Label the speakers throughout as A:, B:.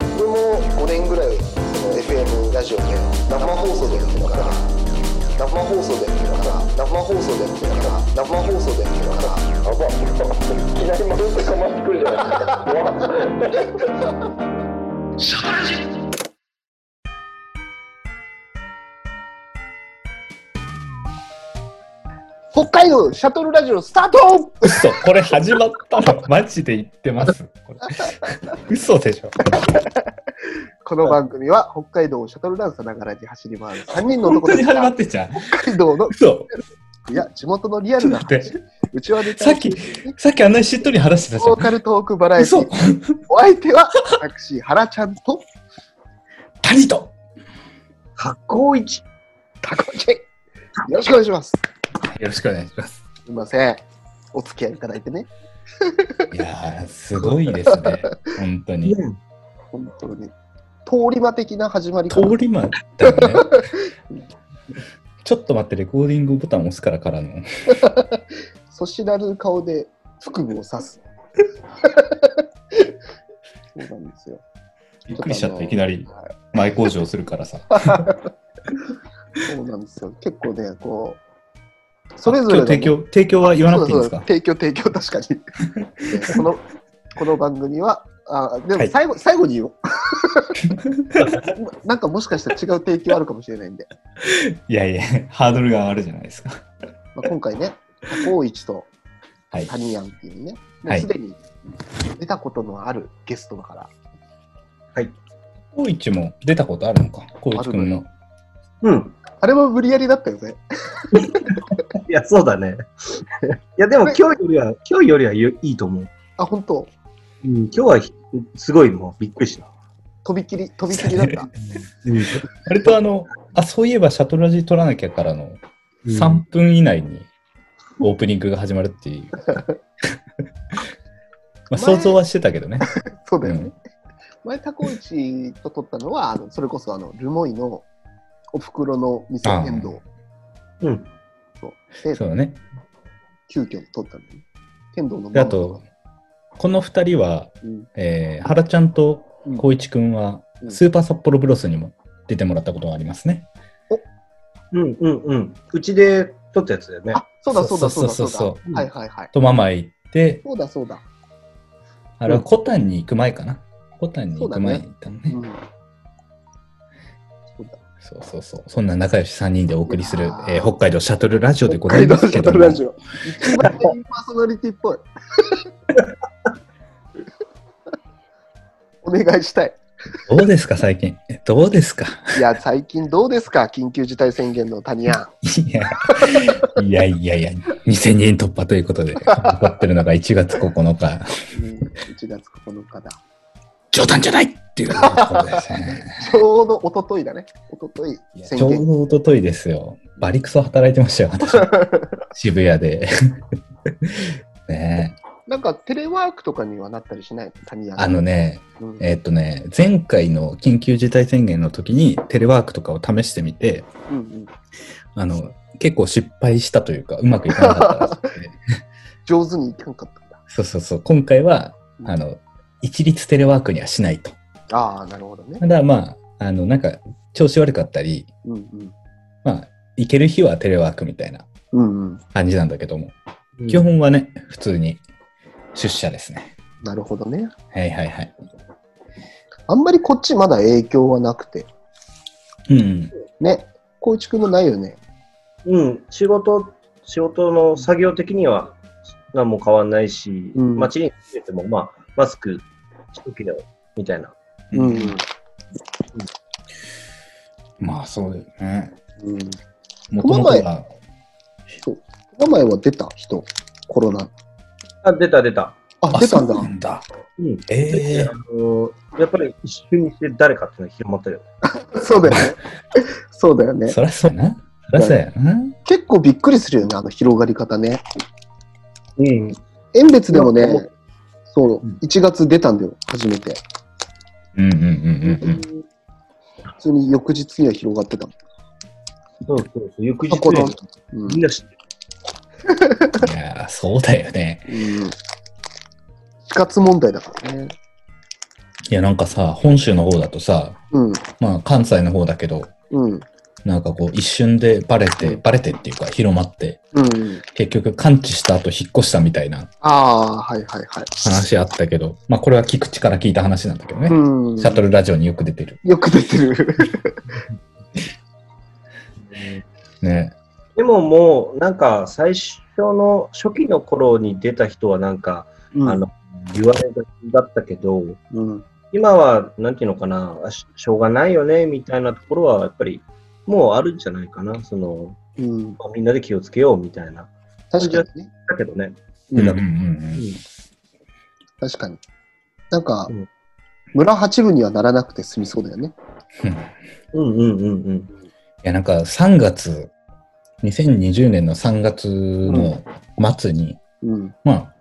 A: 自分も5年ぐらいその FM ラジオで生放送でやってたから生放送でやってたから生放送でやってたから生放送でやってたから
B: やばいきなりマウントかまってくるじゃないですか怖っ
A: 北海道シャトルラジオスタート
C: 嘘これ始まったのマジで言ってますこれ嘘でしょ
A: この番組は北海道をシャトルランさながらに走り回る3人の
C: 本
A: 男た
C: 当
A: ち
C: に始ま
A: が
C: ってんじゃん
A: 北海道の
C: 嘘
A: いや地元のリアルな
C: ちょっ
A: 話うちわで
C: さっきさっきあんなにしっとり話してたじゃ
A: ローカルトークバラ
C: ん
A: エティ
C: 嘘
A: ーお相手は私原ちゃんと
C: 谷と
B: 発行一
A: タコチェよろしくお願いします
C: よろしくお願いします
A: すいませんお付き合いいただいてね
C: いやーすごいですね本当に
A: 本当に通り魔的な始まりかな
C: 通り魔だねちょっと待ってレコーディングボタン押すからからの
A: そしなる顔で腹部を刺す そうなんですよ
C: びっくりしちゃったいきなり
A: はい
C: 前工場するからさ
A: そうなんですよ。結構ね、こう、それぞれ
C: 今
A: の
C: 日提供提供は言わなくていいんで
A: そ
C: す
A: うだそうだ
C: か
A: 提供、提供、確かに。え ーこの、この番組は、あで
C: は
A: も
C: い
A: 最後、最後に言おう。なんかもしかしたら違う提供あるかもしれないんで、
C: いやいやハードルが上がるじゃないですか
A: まあ、今回ね、高コ一と
C: はい
A: タニヤンっていうね、も
C: は
A: う
C: い
A: すでに出たことのあるゲストだから、
C: 高一も出たことあるのか高一君の
B: うん
A: あれも無理やりだったよね。
B: いやそうだね いやでも今日よりは今日よりはよいいと思う、
A: あ、本当
B: うん、今日はひすごいもうびっくりした、
A: とびきり、とびきりだ った。
B: うん
C: 割とあの、あ、そういえばシャトルラジ取らなきゃからの3分以内にオープニングが始まるっ ていう。まあ想像はしてたけどね。
A: そうだ
C: う
A: よね。
C: ん、
A: 前タコイチと撮ったのはあのそれこそあのルモイのおふくろの店変動
B: うん
A: で
C: そうだね。
A: 急遽撮ったのね剣道のママ
C: であと、この2人は、
A: うん
C: えー、原ちゃんと光一くんは、
A: うん
C: スーパー札幌ブロスにも出てもらったことがありますね。
B: うんうんうんうちで撮ったやつだよね
A: あそうだそうだそうだ
C: そうそうそう
A: そうだはいはいはい
C: とママへ行って、
A: そうだそうだ、
C: あれはコタンに行く前かな。コタンに行く前に
A: そ
C: 行ったの
A: う
C: ね。
A: ん、そうだ
C: そうそうそう。そんな仲良し3人でお送りする
A: いや、ー
C: えー北海道シャトルラジオでご
A: 北
C: ざい
A: 海道
C: ま
A: シ
C: すけ
A: ャ
C: ど
A: ト
C: も
A: ルラジオ一番メインパーソナリティっぽいお願いしたい
C: どうですか、最近。えどうですか。
A: いや最近どうですか緊急事態宣言の谷や
C: いや、いやいやいや、2000人突破ということで、残ってるのが1月9日、
A: うん、1月9日だ
C: 冗談じゃないっていうことですね。
A: ちょうど一昨日だね。一昨日
C: いやち
A: 宣
C: ょ
A: 言。
C: うど一昨日ですよ。バリクソ働いてましたよ、私。 渋谷で。ねえ
A: なんかテレワークとかにはなったりしないの谷屋
C: あのね、
A: うん
C: えっとね、前回の緊急事態宣言の時にテレワークとかを試してみて、
A: うんうん、
C: あの、結構失敗したというか、うまくいかなかったらしくて
A: 上手にいかんかったんだ。
C: そうそうそう、今回は、
A: うん
C: あの、一律テレワークにはしないと。
A: ああ、なるほどね
C: た。だまあ、あの、なんか、調子悪かったり、
A: うんうん。
C: まあ、行ける日はテレワークみたいな
A: うんうん。
C: 感じなんだけども、
B: うん
C: 基本はね、普通に出社ですね。
A: なるほどね。
C: はいはいはい。
A: あんまりこっちまだ影響はなくて。
C: うん。
A: ね。光一くんもないよね。
B: うん、仕事、仕事の作業的には何も変わんないし、
A: うん
B: 街に出ても、まあ、マスクしとけよ、みたいな。
A: うんうん。
C: まあ、そうだよね。
A: うん、
C: もともとは、
A: 名前は出た人、コロナ。
B: あ、出た出た。
A: あ、出たんだ
C: そう。なんだ。
B: うん。
C: ええ
B: あのやっぱり一瞬にして誰かっていうのは広まったよ。
A: そうだよね。そうだよね。
C: そりゃそうやな。そりゃそうやな。
A: 結構びっくりするよね、あの広がり方ね。
B: うん。
A: 遠別でも
B: う
A: ね
B: ん、
A: そう
B: うん、
A: 1月出たんだよ、初めて。
C: うんうんうんうんうん。
A: 普通に翌日には広がってたもん。
B: そうそうそう。翌日
A: あこの
B: ね
A: うん
B: みんな知ってる。
C: いやー、そうだよね。
A: うん死活問題だからね。
C: いや、なんかさ、本州の方だとさ、
A: うん。
C: まあ関西の方だけど、
A: うん。
C: なんかこう一瞬でバレて、バレてっていうか広まって、
A: うん。
C: 結局完治した後引っ越したみたいな
A: ああ、はいはいはい。
C: 話あったけど、まあこれは菊池から聞いた話なんだけどね。
A: うん。
C: シャトルラジオによく出てる。
A: よく出てる。
C: ね。
B: でももう、なんか最初の初期の頃に出た人はなんか、
A: うん
B: あの、言われがちだったけど、
A: うん。
B: 今は、なんていうのかな、あししょうがないよね、みたいなところは、やっぱり、もうあるんじゃないかな、その、
A: うん。
B: まあみんなで気をつけよう、みたいな。
A: 確かにね。
B: だけどね、
A: う
C: うんうん
A: ん
C: うんうん。
A: 確かに。なんか
B: うん、
A: 村八分にはならなくて済みそうだよね。
C: うんい
B: うんうんうんうん。
C: や、なんか3月、2020年の3月の末に、
A: うん。
C: まあ、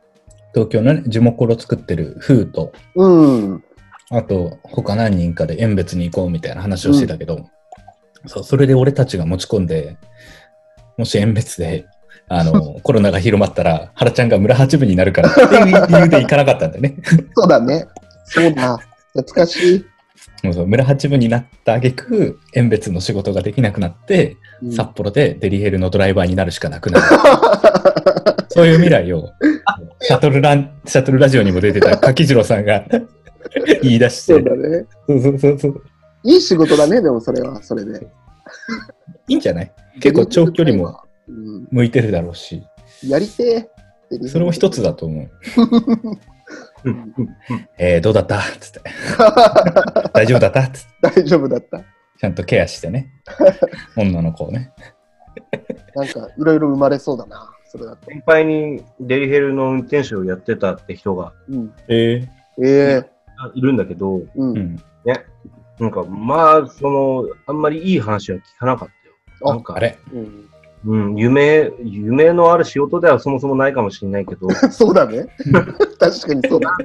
C: 東京のね、樹木を作ってるフーと、
A: うん。
C: あと、他何人かで縁別に行こうみたいな話をしてたけど、そう、それで俺たちが持ち込んで、もし縁別で、あの、コロナが広まったら、原ちゃんが村八分になるからっていう理由で行かなかったんだよね。
A: そうだね。そうだ。懐かしい。
C: もうそう村八分になった挙句、縁別の仕事ができなくなって、
A: うん
C: 札幌でデリヘルのドライバーになるしかな くなる。そういう未来を、シャトルラン、シャトルラジオにも出てた柿次郎さんが 言い出して
A: そう、だね。
C: そうそうそうそう。
A: いい仕事だね、でもそれは、それで。
C: いいんじゃない結構長距離も
A: うん。
C: 向いてるだろうし、
A: やりてえ。
C: それも一つだと思う。
B: うんうん
C: えー、どうだったつって。大丈夫だったつって。
A: 大丈夫だった。
C: ちゃんとケアしてね。女の子をね。
A: なんか、いろいろ生まれそうだな、それだと。
B: 先輩にデリヘルの運転手をやってたって人が
A: うん。
C: えー、
A: ええ
B: いるんだけど、
A: う。
C: うんん。
B: なんか、まあ、その、あんまりいい話は聞かなかったよ。
A: あ
B: なんか、
C: あれ
A: うん。
B: うん、夢、夢のある仕事ではそもそもないかもしれないけ ど、うん、ち
A: そうだね。確かにそうだ。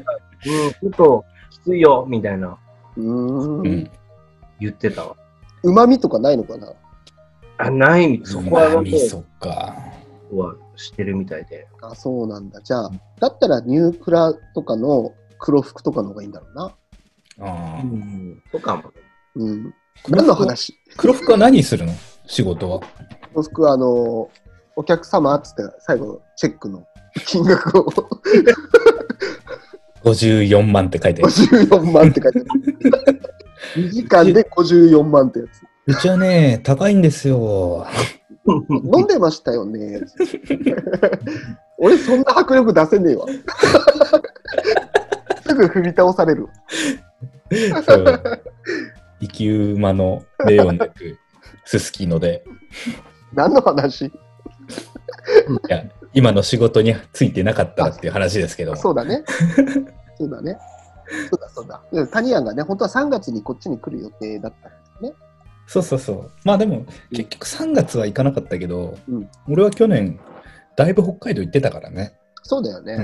B: ょっときついよ、みたいな
A: うー。
C: うんん。
B: 言ってたわ。
A: うまみとかないのかな
B: あ、ない、そこは
C: まあ
B: もう、
C: そっか。
B: はしてるみたいで。
A: あ、そうなんだ。じゃあ、だったらニュープラとかの黒服とかの方がいいんだろうな。
C: あー
B: うん、とかも。
A: うん。
C: 黒
A: 何の
C: 服は
A: 話
C: 黒服は何するの仕事は。
A: 黒服は、あの、お客様っつって最後のチェックの金額を
C: 54万って書いてある。
A: 54万って書いてある。2時間で54万ってやつ。
C: うちはね、高いんですよ。
A: 飲んでましたよね。俺、そんな迫力出せねえわ。 すぐ踏み倒される。
C: そう。生き馬のレオンでく、すすきので、
A: 何の話
C: いや、今の仕事についてなかったらっていう話ですけども。
A: そうだ ね。そうだね。そうだそうだ。で谷谷がね、本当は3月にこっちに来る予定だったんですね。
C: そうそうそう。まあでも、結局3月は行かなかったけど、
A: うん
C: 俺は去年、だいぶ北海道行ってたからね。
A: そうだよね。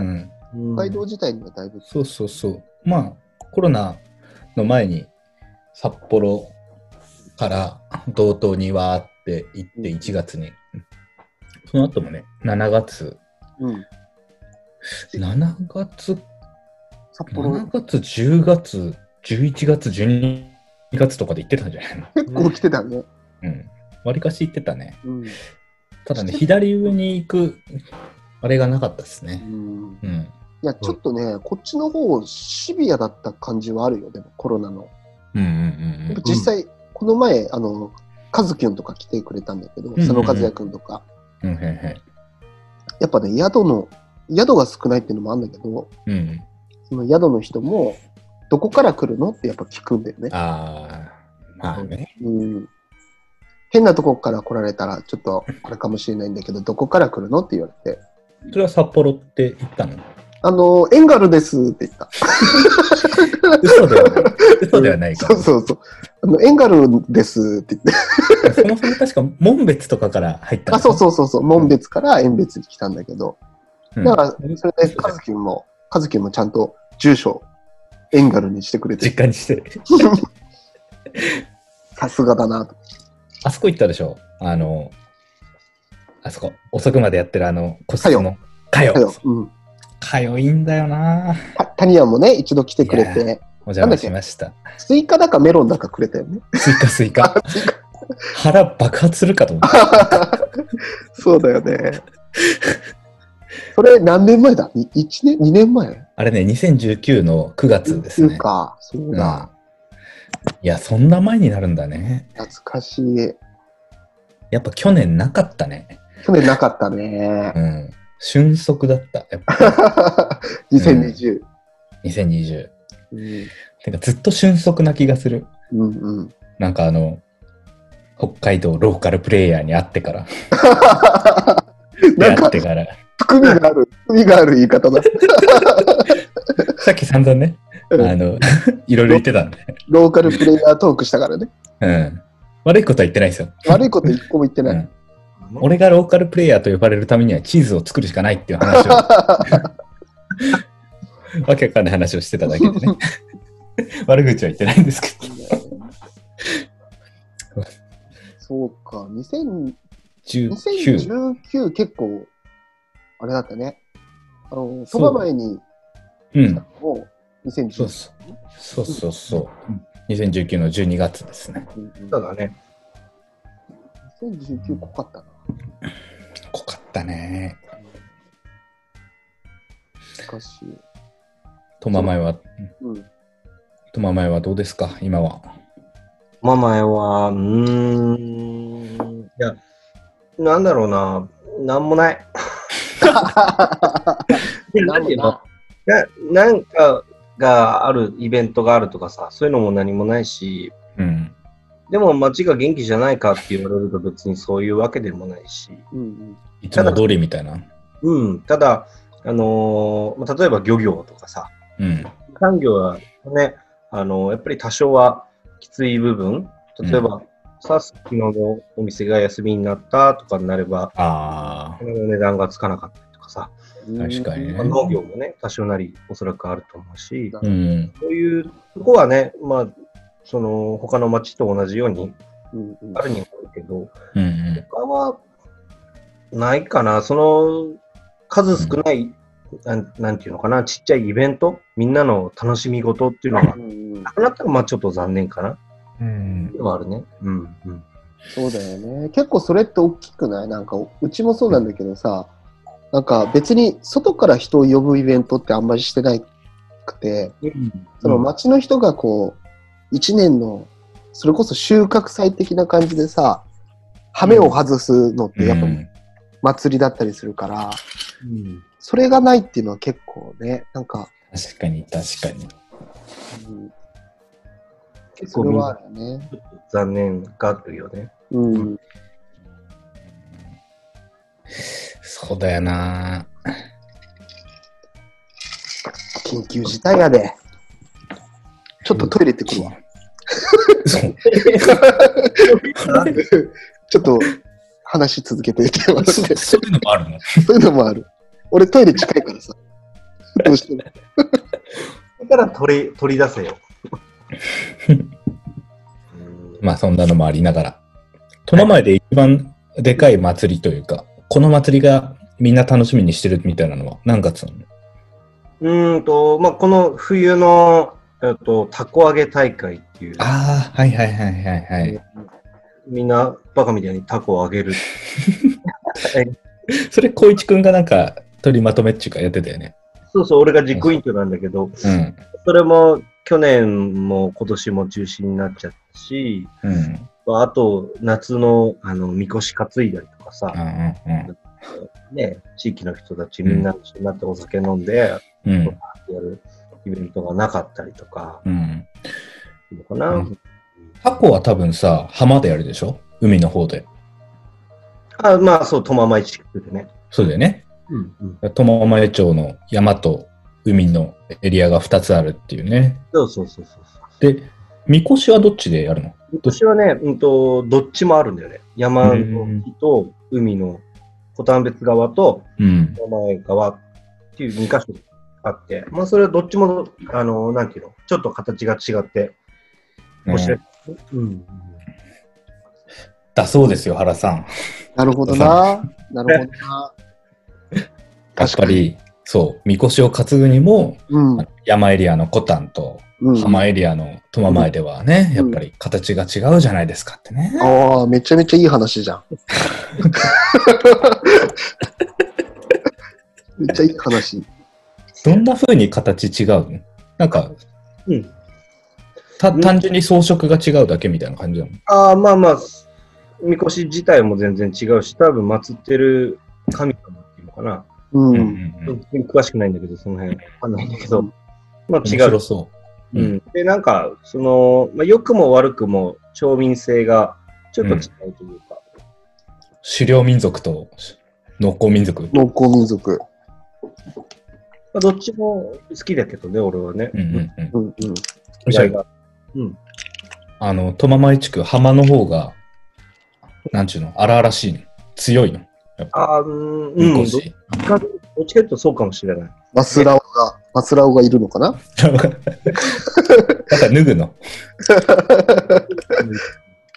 C: うん。
B: うん
A: 北海道自体にはだいぶ。
C: そうそうそう。まあ、コロナの前に、札幌から道東にわーって行って1月に。その後もね、7月、
A: うん。
C: 7月
A: 札幌、
C: 7月、10月、11月、12月とかで行ってたんじゃないの
A: 結構来てたね。
C: うん。割かし行ってたね。
A: うん。
C: ただね、左上に行く、あれがなかったですね。
A: うん
C: うん。
A: いや、ちょっとね、こっちの方、シビアだった感じはあるよ、でも、コロナの。
C: うんうんうん
A: 僕実際、この前、あの、カズキュンとか来てくれたんだけど、
C: んうん
A: 佐野和也君とか。
C: うん。うん、へんへん
A: やっぱね、宿の、宿が少ないっていうのもあるんだけど、
C: うん。
A: その宿の人も、どこから来るのってやっぱ聞くんだよね。
C: あー、まあね。
A: うん変なとこから来られたらちょっとあれかもしれないんだけどどこから来るのって言われて
C: それは札幌って行ったの
A: 「あのエンガルです」って言 った
C: 嘘ではない。嘘ではないか
A: そ
C: ら。
A: うそうそう「あのエンガルです」って言って
C: そもそも確か、紋別とかから入った
A: あそう
C: う。
A: そうそうそう門別から遠別に来たんだけど
C: うん
A: だからそれで和樹も和樹もちゃんと住所エンガルにしてくれて
C: 実家にして。
A: さすがだなと
C: あそこ行ったでしょあの、あそこ、遅くまでやってるあの、個室の。か
A: けど
C: よ。
A: うん
C: かよいんだよな
A: た谷谷もね一度来てくれて
C: お邪魔しました。
A: スイカだかメロンだかくれたよね。
C: スイカスイカ。腹爆発するかと思った。
A: そうだよね。それ何年前だ ?1 年 ?2 年前
C: あれね、2019の9月です
A: い
C: ね
A: う。か、そう
C: うん
A: だ。
C: いや、そんな前になるんだね。
A: 懐かしい。
C: やっぱ去年なかったね。
A: 去年なかった ね。
C: うん。瞬足だった。やっぱ
A: 2020。
C: 2020。
A: うん
C: てかずっと瞬足な気がする。
A: うん うん。
C: なんかあの、北海道ローカルプレイヤーに会ってから、
A: な
C: 出
A: ん
C: 会
A: か
C: っ、てから、
A: 含みがある、 含みがある言い方だ。
C: さっき散々ね、あ
A: うん
C: の、 いろいろ言ってたんで、
A: ローカルプレイヤートークしたからね。
C: うん。悪いことは言ってないですよ。
A: 悪いこと一個も言って
C: う
A: ない。
C: ん、俺がローカルプレイヤーと呼ばれるためにはチーズを作るしかないっていう 話を、わけわかんない話をしてただけ でね。悪口は言ってないんですけど。
A: そうか、2000
C: 19。
A: 2019結構、あれだったね。あの、
C: そ
A: そうば前に、
C: うん。
A: もう
C: そ
A: 2019
C: うそう。そうそうそう。2019の12月ですね。
A: うんうん
B: そうだね。
A: 2019濃かったな。
C: 濃かったね。
A: 懐かしい。
C: トママイは、
A: うん。
C: トママイはどうですか今は。
B: ママへは、うーん、いや、なんだろうな、なんもない。いやなんていうのななんかがあるイベントがあるとかさ、そういうのも何もないし、
C: うん。
B: でも街が元気じゃないかって言われると別にそういうわけでもないし、
A: うんうん。
C: いつも通りみたいな。
B: うん、ただ、あのーまあ例えば漁業とかさ、
C: うん。
B: 産業はね、あのーやっぱり多少はきつい部分、例えば、さ、昨日のお店が休みになったとかになれば、
C: ああ。
B: の値段がつかなかったりとかさ、
C: 確かにね
B: まあ農業もね、多少なりおそらくあると思うし、
C: うん。
B: そういうとこはね、まあ、その他の町と同じように
A: うんうん
B: あるにはあるけど、
C: うんうん。
B: 他はないかな、その数少ない、なんなんていうのかな、ちっちゃいイベント、みんなの楽しみ事っていうのが
A: うんうん
B: なくなったら、まあちょっと残念かな、
C: うん
B: ではあるね。うん、うん。
A: そうだよね。結構それって大きくないなんか、うちもそうなんだけどさ、なんか別に外から人を呼ぶイベントってあんまりしてなくて、その町の人がこう、一年の、それこそ収穫祭的な感じでさ、羽目を外すのってやっぱ祭りだったりするから、
B: うん
A: それがないっていうのは結構ね、なんか、
C: 確かに、確かに。
A: うん、
B: 結
A: それ
B: 構みん
A: はあ
B: な
A: るよね。
B: 残念があるよね。
A: うん。
C: そうだよな。
A: 緊急事態やで。ちょっとトイレ行ってくるわ。
C: そう。
A: ちょっと話し続けてってまして、そ
C: そういうのもある
A: う
C: の
A: いうのもある。俺トイレ近いからさ。どうしても。
B: だから取り取り出せ よ。うん
C: まあ、そんなのもありながら。トナマイで一番でかい祭りというか、この祭りがみんな楽しみにしてるみたいなのは何月なの
B: うーんと、まあ、この冬の、えっと、たこ揚げ大会っていう、
C: ああ、はいはいはいはいはい。
B: みんなバカみたいにたこを揚げ る。
C: それ、光一くんがなんか取りまとめっていうかやってたよね。
B: そうそう、俺が実行委員長なんだけど、
C: うん。
B: それも去年も今年も中止になっちゃったし、
C: うん。うん
B: まああと夏のあのみこし担いだりとか
C: う
B: さ、
C: ん
B: ね、地域の人たちみんな一緒になってお酒飲んでや
C: うん。うん。
B: るイベントがなかったりとか、
C: うん。
B: いいのかな。
C: うんタコは多分さ、浜でやるでしょ海の方で。
B: あまあそう、苫前地区でね。
C: そうだよね。
B: うんうん、
C: 苫前町の山と海のエリアが2つあるっていうね。
B: そうそうそうそうそう。
C: で、みこしはどっちでやるの
B: 今年はね、うんと、どっちもあるんだよね。山の日と海の小丹別側と
C: うん。
B: 小前側っていう2箇所あって、まあそれはどっちも、あの、なんていうの、ちょっと形が違って、面白い。うん。
C: だそうですよ、原さん。
A: なるほどな。なるほどな。
C: やっぱり、そう、みこしを担ぐにも、
A: うん。
C: 山エリアのコタンと
A: うん。
C: 浜エリアのトマ前ではね、やっぱり形が違うじゃないですかってね。
A: ああ、めちゃめちゃいい話 じゃん。めっちゃいい話。
C: どんな風に形違うのなんか、
B: うん
C: た
B: うん
C: 単純に装飾が違うだけみたいな感じなの
B: ああ、まあまあ、みこし自体も全然違うし、多分祀ってる神様っていうのかな。
A: う
C: うん
A: ん。
C: うんうん。
B: 全然詳しくないんだけど、その辺。わかんないんだけど。まあ違
C: 面
B: う
C: 白。そううん
B: ん、で、なんか、その、まあ、良くも悪くも、町民性がちょっと違うというか、
C: う。狩猟民族と農耕民族。
A: 農耕民族。
B: まあ、どっちも好きだけどね、俺はね。
C: うんうんうん
A: うんうん。
B: 嫌いがうん。
C: あの、トマ前地区、浜の方が、なんちゅうの、荒々しいの。強いの。
B: あーうん、う
C: み
B: ん
C: こ
B: どっ
C: し。
B: ちか、どっちかというとそうかもしれない。
A: マスラオが、マスラオがいるのかな
C: なんか脱ぐの。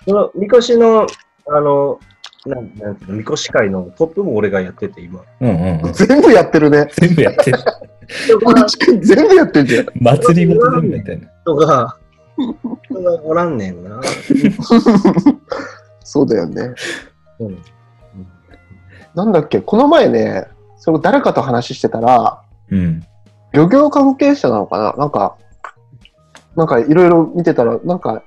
B: その、みこしの、あの、なんなんていうの、みこし会のトップも俺がやってて、今。
C: うんうんうん。
A: 全部やってるね。
C: 全部や ってる。
A: 俺近く全部やってんじゃん。
C: 祭りごと全部やってる。
B: 人が、人がおらんねんな。
A: そうだよね。
B: うん。
A: なんだっけ、この前ね、その誰かと話してたら、
C: うん。
A: 漁業関係者なのかななんか、なんかいろいろ見てたら、なんか、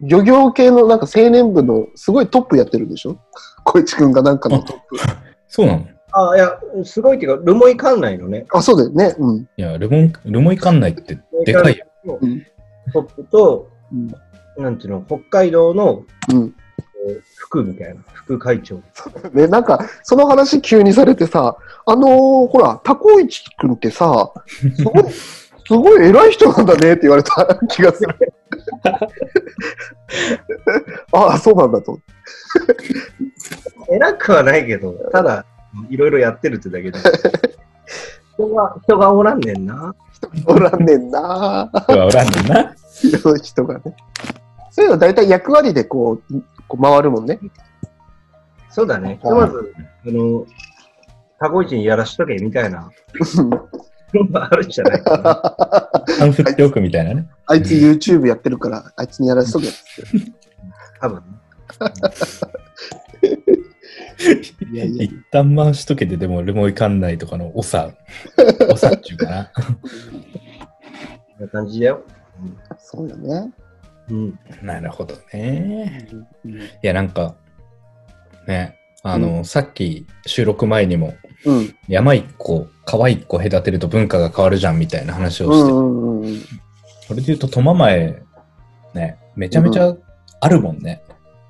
A: 漁業系のなんか青年部のすごいトップやってるでしょ 小市くんがなんかのトップ。
C: そうなの
B: ああ、いや、すごいっていうか、ルモイ館内のね、
A: あ、そうだよね。うん。
C: いや、ルモン、ルモイ館内ってでかいよ。
B: の
A: うん
B: トップと、
A: うん。
B: なんていうの、北海道の
A: うん。
B: 副みたいな、副会長。
A: で、なんか、その話急にされてさ、あのーほら、タコイチくんってさ、すご い、すごい偉い人なんだねって言われた気がする。 ああ、そうなんだと。
B: 偉くはないけど、ただ、いろいろやってるってだけで。人が、人がおらんねんな。
A: おらんねんなー。
C: うわおらんねん な。
A: そういう人がね。そういうの大体役割でこう、こう回るもんね。
B: そうだね。ひとまず、あの、タコイチにやらしとけみたいな、あるんじゃないかな。
C: 半振っておくみたいなね。
A: あいつ YouTube やってるから、あいつにやらせとけ。
B: 多分ね。
A: いやいや
C: 一旦回しとけて、でも、ルモイ館内とかの 長、長っちゅうかな。
B: こんな感じだよ。
A: そうよね。
B: うん。
C: なるほどね。いや、なんか、ね、あの、さっき収録前にも、
A: うん。
C: 山一個、川一個隔てると文化が変わるじゃんみたいな話を
A: う
C: し
A: ん
C: て、
A: うんうん。
C: それで言うと、苫前、ね、めちゃめちゃあるもんね。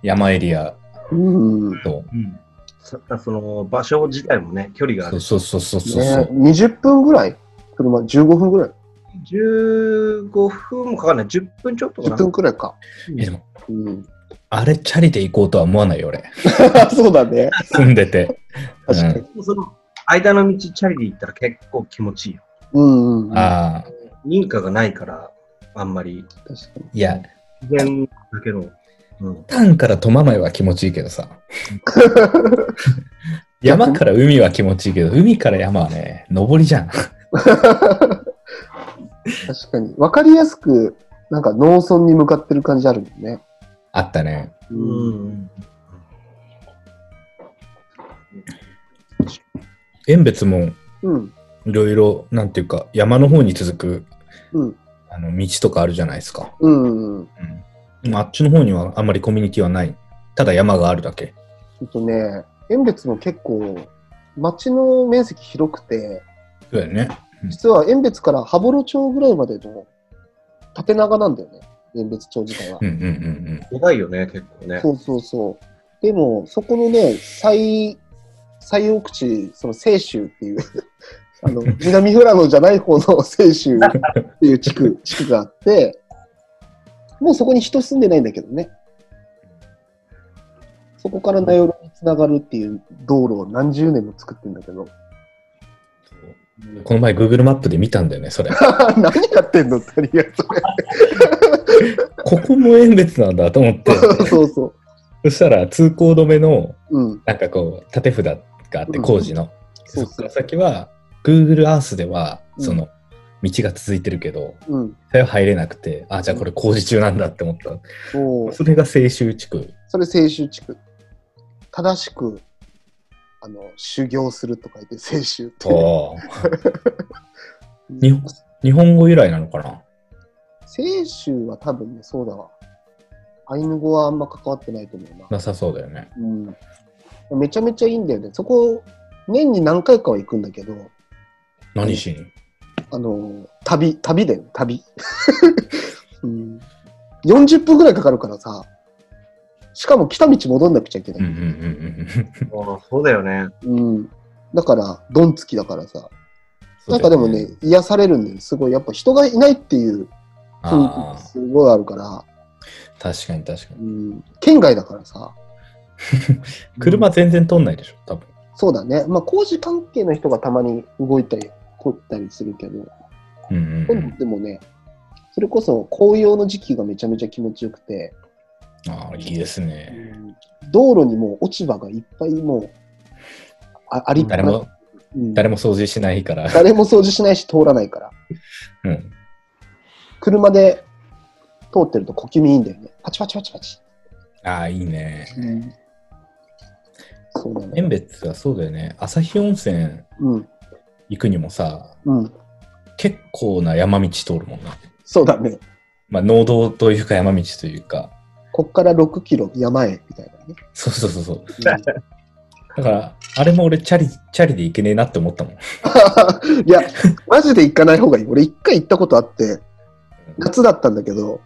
C: 山エリア
A: うん。ね、
C: と。
B: うん。そその、場所自体もね、距離があ
C: そ
B: る
C: う。そうそうそうそう。
A: 20分ぐらい車15分ぐらい
B: 15分もかかんない。10分ちょっとかな。
A: 10分くらいか。
C: いやでも
A: うん、
C: あれ、チャリで行こうとは思わないよ、俺。
A: そうだね。
C: 住んでて。
A: 確かに。
B: その間の道チャリで行ったら結構気持ちいいよ。
A: うん、うん、確か
C: ああ、
B: 認可がないから、あんまり。
A: に。
C: いや、
B: 自然だけど、うん、
C: 丹から苫前は気持ちいいけ どさ。山から海は気持ちいいけど、海から山はね、登りじゃん。
A: 確かに。わかりやすく、なんか農村に向かってる感じあるもんね。
C: あったね。
A: うん。
B: うん
C: 遠別も
A: うん。
C: いろいろ、なんていうか、山の方に続く
A: うん。
C: あの道とかあるじゃないですか。
A: うん。うん
C: うん。でもあっちの方にはあんまりコミュニティはない。ただ山があるだけ。
A: えっとね、遠別も結構、町の面積広くて、
C: そうだよね。
A: 実は遠別から羽幌町ぐらいまでの縦長なんだよね。遠別町自体は
C: う。んうんうん
B: でかいよね、結構ね。
A: そうそうそう。でも、そこのね、最、最奥地、その清州っていう、 あ の、南富良野じゃない方の清州っていう地区、地区があって、もうそこに人住んでないんだけどね。そこから名寄につながるっていう道路を何十年も作ってんだけど、
C: うん。この前 Google マップで見たんだよね、それ。
A: 何やってんのってありがと
C: ここも遠別なんだと 思って。
A: う。そうそう。
C: そしたら通行止めの
A: うん。
C: なんかこう、縦札があっ
A: う
C: て、
A: ん
C: 工事の。
A: そうそ
C: そ
A: う
C: こから先は、 Google Earth では、
A: うん
C: その、道が続いてるけど、
A: うん。
C: それは入れなくて、あ、じゃあこれ工事中なんだって思った。
A: おー
C: それが青州地区。
A: それ青州地区。正しく、あの、修行するとか言って、青州って。
C: ああ。
A: うん
C: 日本日本語由来なのかな
A: 青州は多分ね、そうだわ。アイヌ語はあんま関わってないと思うな。
C: なさそうだよね。
A: うん。めちゃめちゃいいんだよね。そこ、年に何回かは行くんだけど、
C: 何しに。
A: あの、旅、旅だよ、旅。 うん、40分ぐらいかかるからさ、しかも来た道戻んなくちゃいけ
C: うん
A: な
C: う
A: い。
C: んうんうん。
B: ああそうだよね。
A: うん。だから、ドンつきだからさ、
C: そう
A: なん
C: だ
A: か
C: よ
A: でもね、、癒されるんだよ。すごい、やっぱ人がいないっていう雰囲気
C: あ
A: がすごいあるから、
C: あ、確かに確かに。
A: うん、県外だから さ、
C: 車全然通んないでしょ、多分。
A: そうだね。まあ、工事関係の人がたまに動いたり、凝ったりするけど、
C: うんうんうん。
A: でもね、それこそ紅葉の時期がめちゃめちゃ気持ちよくて、
C: ああ、いいですね。
A: 道路にもう落ち葉がいっぱいもう、あありった
C: 誰
A: な
C: も、
A: うん
C: 誰も掃除しないから。
A: 誰も掃除しないし通らないから。
C: うん。
A: 車で通ってると小気味いいんだよね。パチパチパチパチ。
C: ああ、いいね。
A: そうなのよ。
C: 遠別はそうだよね。朝日温泉
A: うん。
C: 行くにもさ、
A: うん。
C: 結構な山道通るもんな。
A: そうだね。
C: まあ、農道というか山道というか。
A: こっから6キロ山へみたいなね。
C: そうそうそうそう。
A: うん
C: だから、あれも俺、チャリ、チャリで行けねえなって思ったもん。
A: いや、マジで行かない方がいい。俺一回行ったことあって、夏だったんだけど、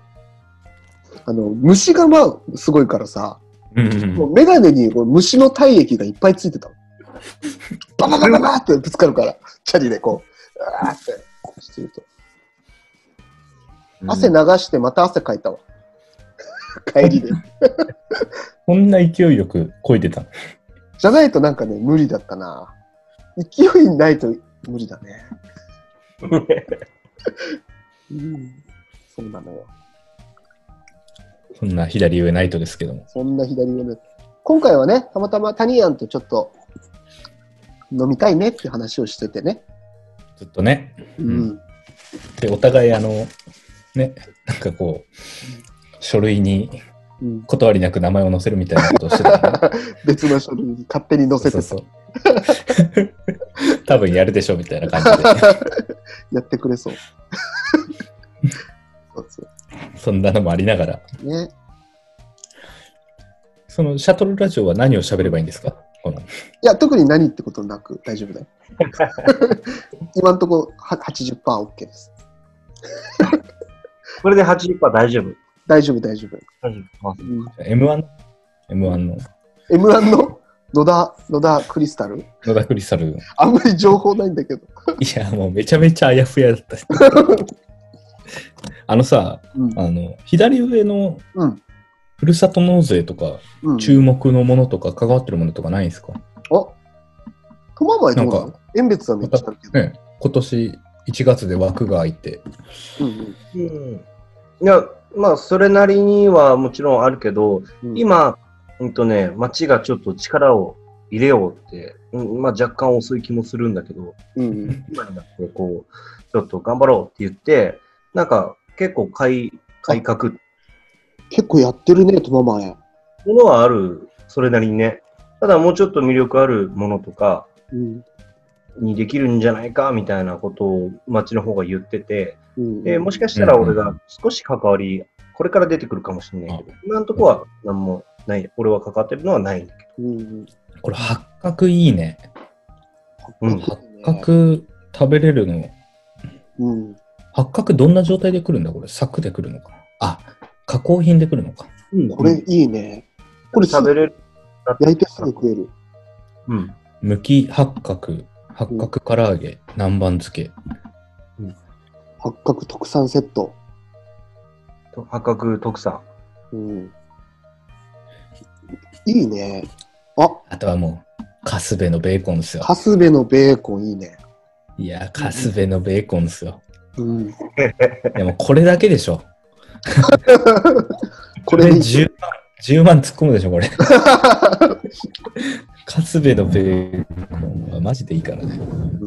A: あの、虫がまあ、すごいからさ、
C: うんうん
A: も
C: うん
A: うメガネにこう虫の体液がいっぱいついてたの。バババババってぶつかるから、チャリでこう、うわーってしてると。汗流してまた汗かいたわ。帰りで。
C: こんな勢いよく漕いでたの。
A: じゃないとなんかね、無理だったな。勢いないと無理だね。うん、そうなのよ。
C: そんな左上ナイトですけども。
A: そんな左上で。今回はね、たまたまタニアンとちょっと飲みたいねって話をしててね。
C: ずっとね。
A: うん。
C: うんで、お互い、あの、ね、なんかこう、書類に
A: うん
C: 断りなく名前を載せるみたいなことをしてたから、ね、
A: 別の書類に勝手に載せて
C: そう
A: た
C: そうそう。 多分やるでしょみたいな感 じで、
A: やってくれそう。そうそ
C: そんなのもありながら。
A: うね。
C: そのシャトルラジオは何を喋ればいいんですかこの
A: いや、特に何ってことなく大丈 夫だよ。今んとこは 80%OK です。
B: これで80%大丈夫。
A: 大丈夫、大丈夫。
B: 大丈夫。
A: うん
C: M1?M1 の
A: M1 の野田、野田クリスタル
C: 野田クリスタ ル。い
A: あんまり情報ないんだけど。
C: や、もうめちゃめちゃあやふや だった。あのさ、
A: うん。
C: あの、左上の
A: うん。
C: ふるさと納税とか、
A: うん、
C: 注目のものとか、関わってるものとかないんですか
A: あ熊前どうな
C: なん
A: の遠別はめっちゃあるけど。
C: ね、今年1月で枠が空いて。
A: うん
B: うん。いや、まあ、それなりにはもちろんあるけど、
A: うん、
B: 今、うんとね、町がちょっと力を入れようって、うんまあ、若干遅い気もするんだけど、
A: うんうん、
B: 今になって、こう、ちょっと頑張ろうって言って、なんか、結構改改革って
A: 結構やってるね、熊前。
B: ものはある、それなりにね。ただ、もうちょっと魅力あるものとか
A: うん。
B: にできるんじゃないか、みたいなことを町の方が言ってて、
A: うん、
B: でもしかしたら
C: うんうん
B: 俺が少し関わり、これから出てくるかもしれないけど、今のとこは何もない、俺は関わってるのはないんだけ
A: うんうん、
C: これ、八角いいね。
B: うん
C: 八角食べれるの。
A: うん。
C: 八角どんな状態で来るんだこれ、柵で来るのかなあ、加工品で来るのか。
B: ど。
A: これいいね。これす
B: 食べ
A: ぐ
B: れる。
A: 焼いてすぐ食える。
B: うん。
C: むき八角、八角唐揚げ、南蛮漬け。
A: 八角特産セット。
B: と八角特産。
A: うん。いいね。あ、
C: あとはもう、カスベのベーコンですよ。
A: カスベのベーコンいいね。
C: いや、カスベのベーコンですよ。
A: うん。
C: でもこれだけでしょ。
A: これ で
C: これ10万。 10万突っ込むでしょ、これ。勝部のベーコンはマジでいいからね。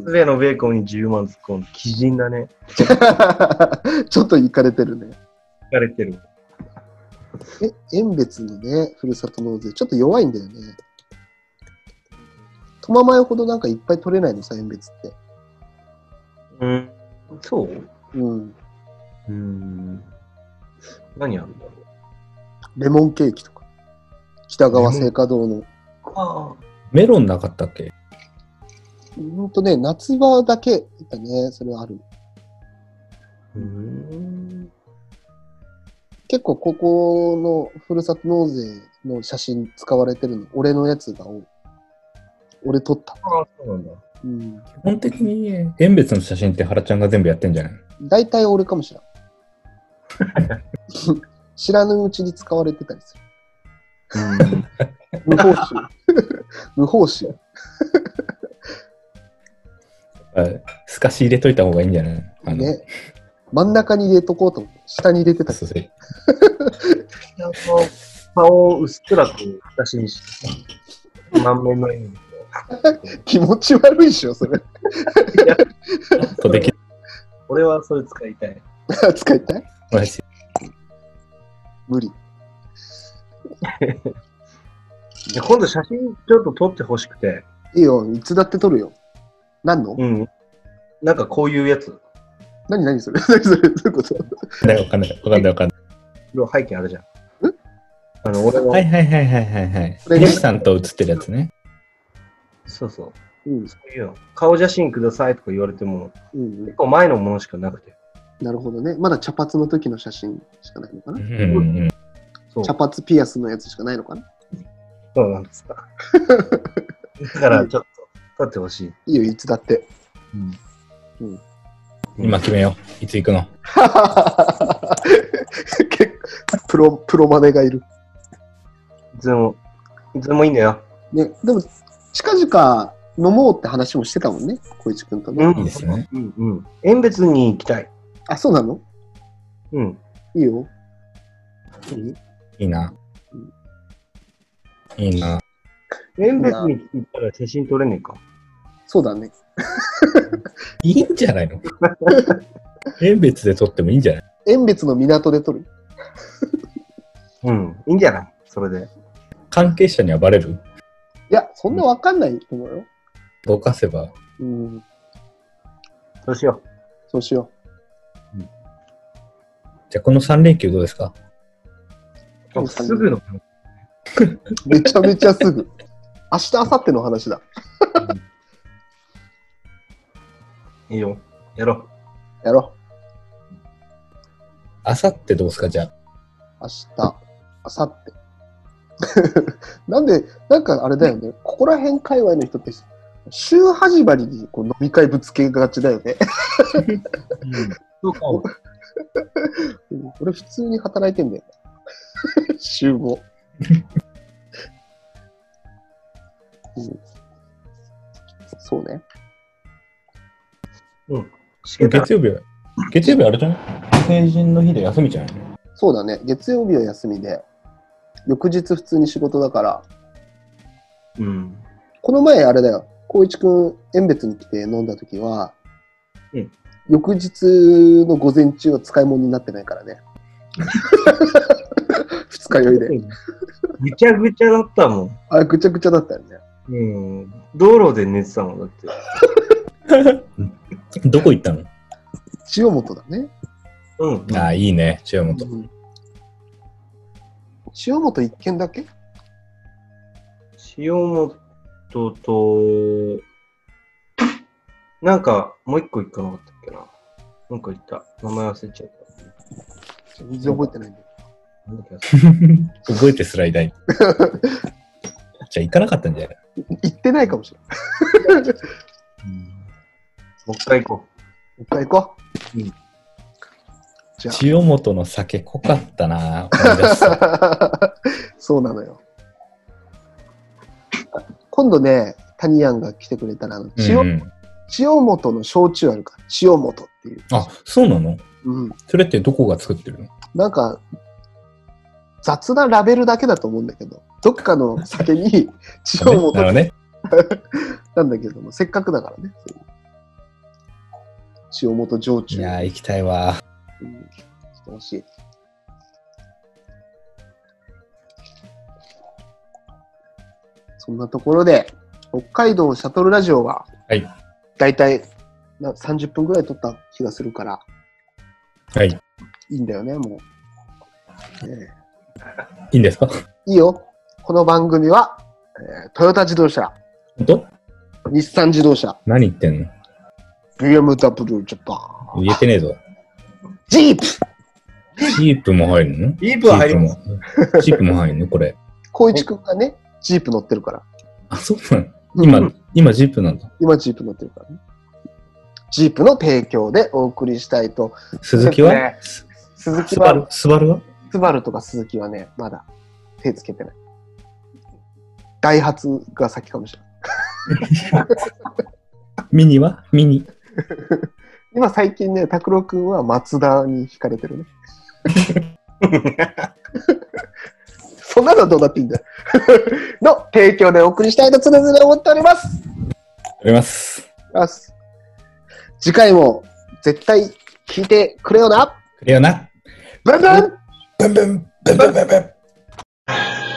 B: スベのベーコンに10万突っ込んで、鬼人だね。
A: ちょっといかれてるね。
B: 疲れてる。
A: え、縁別のね、ふるさと納税、ちょっと弱いんだよね。トママヨほどなんかいっぱい取れないのさ、縁別って。
B: うん。そう
A: うん。
B: うん。何あるんだろ
A: レモンケーキとか。北川青果堂の。
B: う。ああ。
C: メロンなかったっけ
A: うんとね、夏場だけだね、それはある。
B: うん。
A: 結構ここのふるさと納税の写真使われてるの、俺のやつが多い。俺撮った。
B: ああ、そうなんだ。
A: うん。
C: 基本的に、縁別の写真って原ちゃんが全部やってんじゃない
A: 大体俺かもしれん。知らぬうちに使われてたりする。無報酬。無報酬。
C: はいすかし入れといた方がいいんじゃないあの、
A: ね。真ん中に入れとこうと思って、下に入れてたけ
C: そうそう
B: あの顔をうっすらと写真して、満面の笑み。
A: ど、気持ち悪いでしょ、それ。
C: パッとでき
B: 俺はそれ使いたい。
A: 使いたい
C: ないし。
A: 無理。
B: で今度写真ちょっと撮ってほしくて、
A: いいよ、いつだって撮るよ。何の、
B: うん。なんかこういうやつ、
A: 何何それ 何それどういうこと
C: わかんない、わかんない、わかんない。
B: の背景あるじゃん。あの、俺の、
C: はいはいはいはいはいはい。
A: これね
C: 西さんと写ってるやつね。
B: そうそう、
A: うん、
B: そういうの。顔写真くださいとか言われても、
A: うん
B: 結、構前のものしかなくて。
A: なるほどね。まだ茶髪の時の写真しかないのか
C: う
A: なん
C: うんうん。
B: そう。
A: 茶髪ピアスのやつしかないのかな
B: そうなんですか。だからちょっと撮ってほしい。
A: いいよ、いつだって。
C: 今決めよう。いつ行くの
A: 結構プロ、プロマネがいる。
B: いつでも、いつでもいいんだよ。
A: ね、でも、近々飲もうって話もしてたもんね、小市君とね。
C: いいですね。
B: うんうん。遠別に行きたい。
A: あ、そうなの
B: うん。
A: いいよ。
C: いいな。いいな。
B: 遠別に行ったら写真撮れねえか。
A: そうだね。
C: いいんじゃないの縁別で撮ってもいいんじゃない
A: 遠別の港で撮る。
B: うん。いいんじゃないそれで。
C: 関係者にはバレる
A: いや、そんなわかんないと思うよ。
C: ぼかせば。
A: うん、
B: そうしよ
A: そうしよ
C: じゃあこの3連休どうですか
B: う。
A: うん
B: すぐの。
A: う。めちゃめちゃす ぐ。明日、明後日の話だ。
B: いいよ。やろう。
A: やろ
C: あさってどうですかじゃ
A: う。明
C: あ。
A: 日、明後日。 なんで、なんかあれだよね。ここら辺界隈の人って、週始まりにこう飲み会ぶつけがちだよね。
B: そうか も。
A: うん俺普通に働いてんだよね。 週5。うんそうね。
B: しけたら
C: 月曜日は、月曜日あれじゃない成人の日で休みじゃない
A: そうだね。月曜日は休みで、翌日普通に仕事だから、
B: うん。
A: この前あれだよ。光一くん、遠別に来て飲んだ時は、
B: うん
A: 翌日の午前中は使い物になってないから ね。二日酔いで。
B: ぐちゃぐちゃだったもん。
A: あれ、ぐちゃぐちゃだったよね。
B: うん。道路で寝てたもん、だって。
C: どこ行ったの
A: 千代本だね。
B: うん。
C: ああ、いいね、千代 本。
A: うん千代本一軒だけ
B: 塩本と、なんか、もう一個行かなかったっけな。なんか行った。名前忘れちゃった。
A: 全然覚えてないんだよ。
B: なんだっけ忘れ
C: 動いてスライダー。じゃあ行かなかったんじゃない
A: 行ってないかもしれない。
B: たもう一回行こ
A: もう一回行こう。
B: うん
A: じゃ
C: 千代本の酒濃かったな思い出す
A: あ、そうなのよ。今度ね、タニヤンが来てくれたら、あの 千代
C: うんうん
A: 千代本の焼酎あるから、千代本っていう。
C: あ、そうなの
A: うん。
C: それってどこが作ってるの
A: なんか、雑なラベルだけだと思うんだけど、どっかの酒 に血を持
C: なるほど
A: た
C: ね。
A: なんだけども、せっかくだからね。そういう塩元焼
C: い
A: 酎。
C: やー、行きたいわ。
A: うんしてほしい。そんなところで、北海道シャトルラジオは、
C: はい
A: だいたいな30分ぐらい撮った気がするから、
C: はい。い
A: いいんだよね、もう。え
C: いんですか
A: えいいよ。この番組は、えートヨタ自動車、
C: 本当
A: 日産自動車、
C: 何言ってんの
A: BMW ジャパン、
C: 言えてねえぞ。
A: ジープ、
C: チープも入るの
B: ビープは入ります。
C: す。チープも入るのこれ。
A: 光一くんがね、ジープ乗ってるから。
C: あ、そうなの今、今ジープなんだ。
A: 今ジープ乗ってるからね。ジープの提供でお送りしたいと。
C: 鈴木は、
A: です鈴木
C: スバル
A: は、、
C: スバルは
A: スバルとか鈴木はね、まだ手つけてない。ダイハツが先かもしれない。
C: ミニはミニ。
A: 今最近ね、拓郎くんは松田に惹かれて るね。そんなのはどうだっていいんだよ。の提供でお送りしたいと常々思っております。
C: あります。
A: ます次回も絶対聞いてくれよな。
C: クレアな。
A: ブンブン
C: ブンブン、ブンブンブンブン。